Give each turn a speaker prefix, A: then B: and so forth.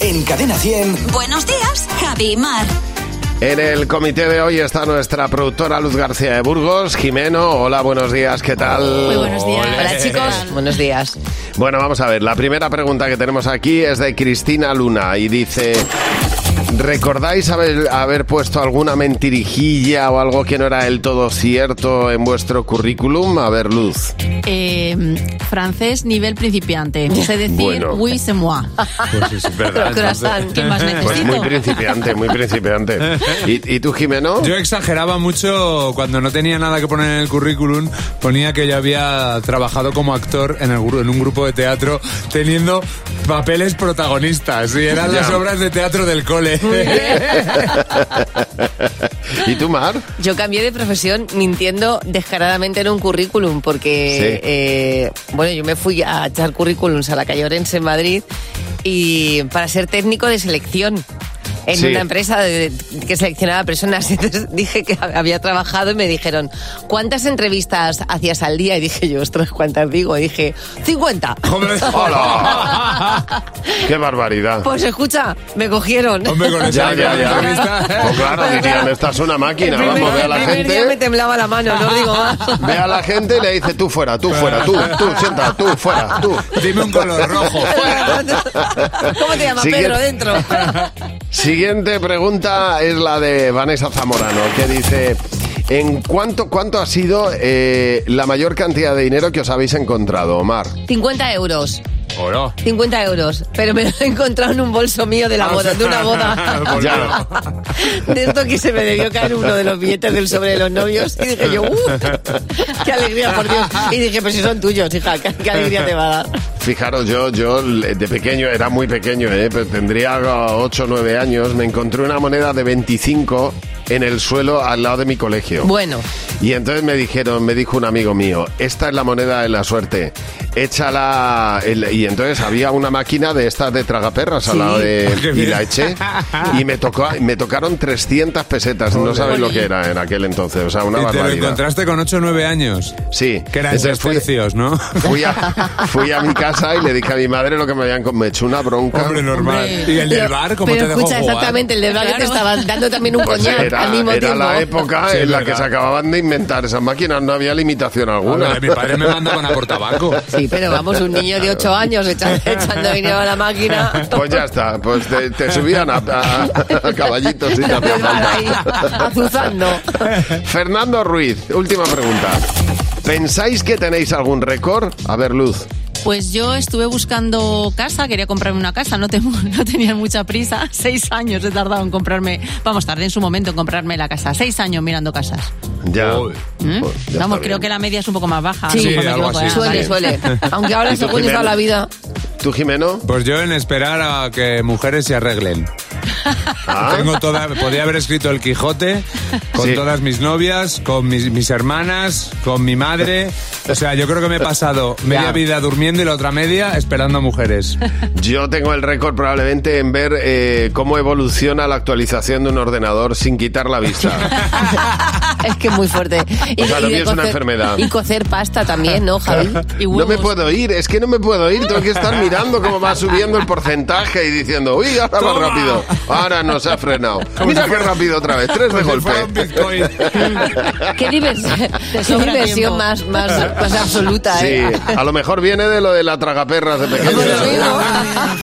A: En Cadena 100.
B: Buenos días, Javi y Mar.
C: En el comité de hoy está nuestra productora Luz García de Burgos. Jimeno, hola, buenos días, ¿qué tal?
D: Muy buenos días. Hola chicos, buenos días.
C: Bueno, vamos a ver, la primera pregunta que tenemos aquí es de Cristina Luna y dice... ¿Recordáis haber, haber puesto alguna mentirijilla o algo que no era del todo cierto en vuestro currículum? A ver, Luz.
E: Eh, francés nivel principiante. Sé decir
C: Bueno.
E: oui, c'est moi.
C: Pues es
E: Pero croissant, ¿qué más
C: Pues
E: necesito?
C: muy principiante, muy principiante. ¿Y, y tú, Jimeno?
F: Yo exageraba mucho cuando no tenía nada que poner en el currículum. Ponía que yo había trabajado como actor en, el gru- en un grupo de teatro teniendo papeles protagonistas y eran
C: Ya.
F: las obras de teatro del cole.
C: ¿Y tú, Mar?
D: Yo cambié de profesión mintiendo descaradamente en un currículum porque,
C: Sí.
D: eh, bueno, yo me fui a echar currículums a la calle Orense en Madrid y para ser técnico de selección en
C: Sí.
D: una empresa de- que seleccionaba personas. Entonces dije que había trabajado y me dijeron, ¿cuántas entrevistas hacías al día? Y dije yo, ostras, ¿cuántas digo? Y dije, 50.
C: Oh.
F: Hombre,
C: ¡Hola! ¡Qué barbaridad!
D: Pues escucha, me cogieron.
C: Oh,
F: Hombre, con
C: Ya,
F: esa
C: ya, ya.
F: entrevista.
C: Pues claro,
D: Pero
C: dirían,
D: claro,
C: esta es una
D: El
C: máquina,
D: primer,
C: vamos, ve a la
D: el primer día me
C: gente.
D: temblaba la mano, no digo más.
C: Ve a la gente y le dice, tú fuera, tú fuera, tú, tú, sienta, tú, fuera, tú.
F: Dime un color rojo.
D: ¿Cómo te llamas,
C: Siguiente.
D: Pedro? Dentro.
C: Siguiente pregunta es la de Vanessa Zamorano, que dice, ¿en cuánto, cuánto ha sido eh, la mayor cantidad de dinero que os habéis encontrado, Omar?
D: 50 euros.
F: Oro.
D: 50 euros. Pero me lo he encontrado en un bolso mío de la boda, de una boda.
C: Ya.
D: De esto que se me debió caer uno de los billetes del sobre de los novios. Y dije yo, ¡uh! ¡Qué alegría, por Dios! Y dije, pues si son tuyos, hija, qué, qué alegría te va a dar.
C: Fijaros, yo, yo de pequeño, era muy pequeño, ¿eh? Pero tendría 8 o 9 años, me encontré una moneda de 25 en el suelo al lado de mi colegio.
D: Bueno,
C: Y entonces me dijeron, me dijo un amigo mío, esta es la moneda de la suerte, échala... el- Y entonces había una máquina de estas de tragaperras al lado de...
F: Qué
C: Y la
F: bien.
C: eché y me, tocó, me tocaron 300 pesetas, no sabéis lo que era en aquel entonces, o sea, una
F: Y te lo
C: barbaridad.
F: encontraste con 8 o 9 años.
C: Sí,
F: Que eran
C: Entonces fui-
F: tercios, ¿no?
C: Fui a, fui a mi casa y le dije a mi madre lo que me habían com- me echó una bronca.
F: Hombre, normal.
E: Hombre.
F: Y el del bar, ¿cómo
D: pero
F: te dejó
D: escucha,
F: jugar?
D: exactamente, el de Blanca te
E: Claro.
D: estaba dando también un
C: Pues
D: coñac
C: era,
D: al mismo
C: era
D: tiempo.
C: la época
F: Sí,
C: en
F: es
C: la
F: verdad.
C: que se acababan de inventar esas máquinas, no había limitación alguna.
F: Hombre, mi padre me manda con aportabaco.
D: Sí, pero vamos, un niño de 8 años echando, echando dinero a la máquina.
C: Pues ya está, pues te, te subían a, a- a caballitos y te hacía
D: Del bar
C: falta.
D: Pues ahí, azuzando.
C: Fernando Ruiz, última pregunta. ¿Pensáis que tenéis algún récord? A ver, Luz.
E: Pues yo estuve buscando casa, quería comprarme una casa, no, tengo- no tenía mucha prisa. Seis años he tardado en comprarme, vamos, tardé en su momento en comprarme la casa. Seis años mirando casas.
C: Ya.
F: Uy.
E: ¿Mm?
C: Pues ya está
E: vamos,
C: bien.
E: creo que la media es un poco más baja.
F: Sí,
E: a lo mejor me
F: algo
E: equivoco,
F: así.
E: ¿eh?
D: Suele,
E: Vale.
D: suele. Aunque ahora,
C: ¿Y tú,
D: según
C: Jimena?
D: está la vida,
C: ¿Tú, Jimeno?
F: Pues yo en esperar a que mujeres se arreglen.
C: Ah.
F: Tengo toda, podía haber escrito El Quijote con
C: Sí.
F: todas mis novias, con mis, mis hermanas, con mi madre. O sea, yo creo que me he pasado media vida durmiendo y la otra media esperando a mujeres.
C: Ah, Yo tengo el récord probablemente en ver eh, cómo evoluciona la actualización de un ordenador sin quitar la vista.
D: es que es muy fuerte.
C: O sea, Pues lo mío es una enfermedad.
D: Y cocer pasta también, ¿no, Javi?
E: Y
C: No me
E: huevos.
C: puedo ir, es que no me puedo ir, tengo que estar mirando cómo va subiendo el porcentaje y diciendo, uy, ahora más
F: Toma.
C: rápido, ahora no se ha frenado. Mira qué rápido otra vez, tres de
F: Como si fuera un
C: golpe.
F: Bitcoin.
D: Qué, divers- qué
E: sobra
D: diversión
E: tiempo.
D: más, más, más absoluta,
C: Sí,
D: ¿eh?
C: a lo mejor viene de lo de la tragaperras de
D: Por
C: pequeño.
D: lo mismo.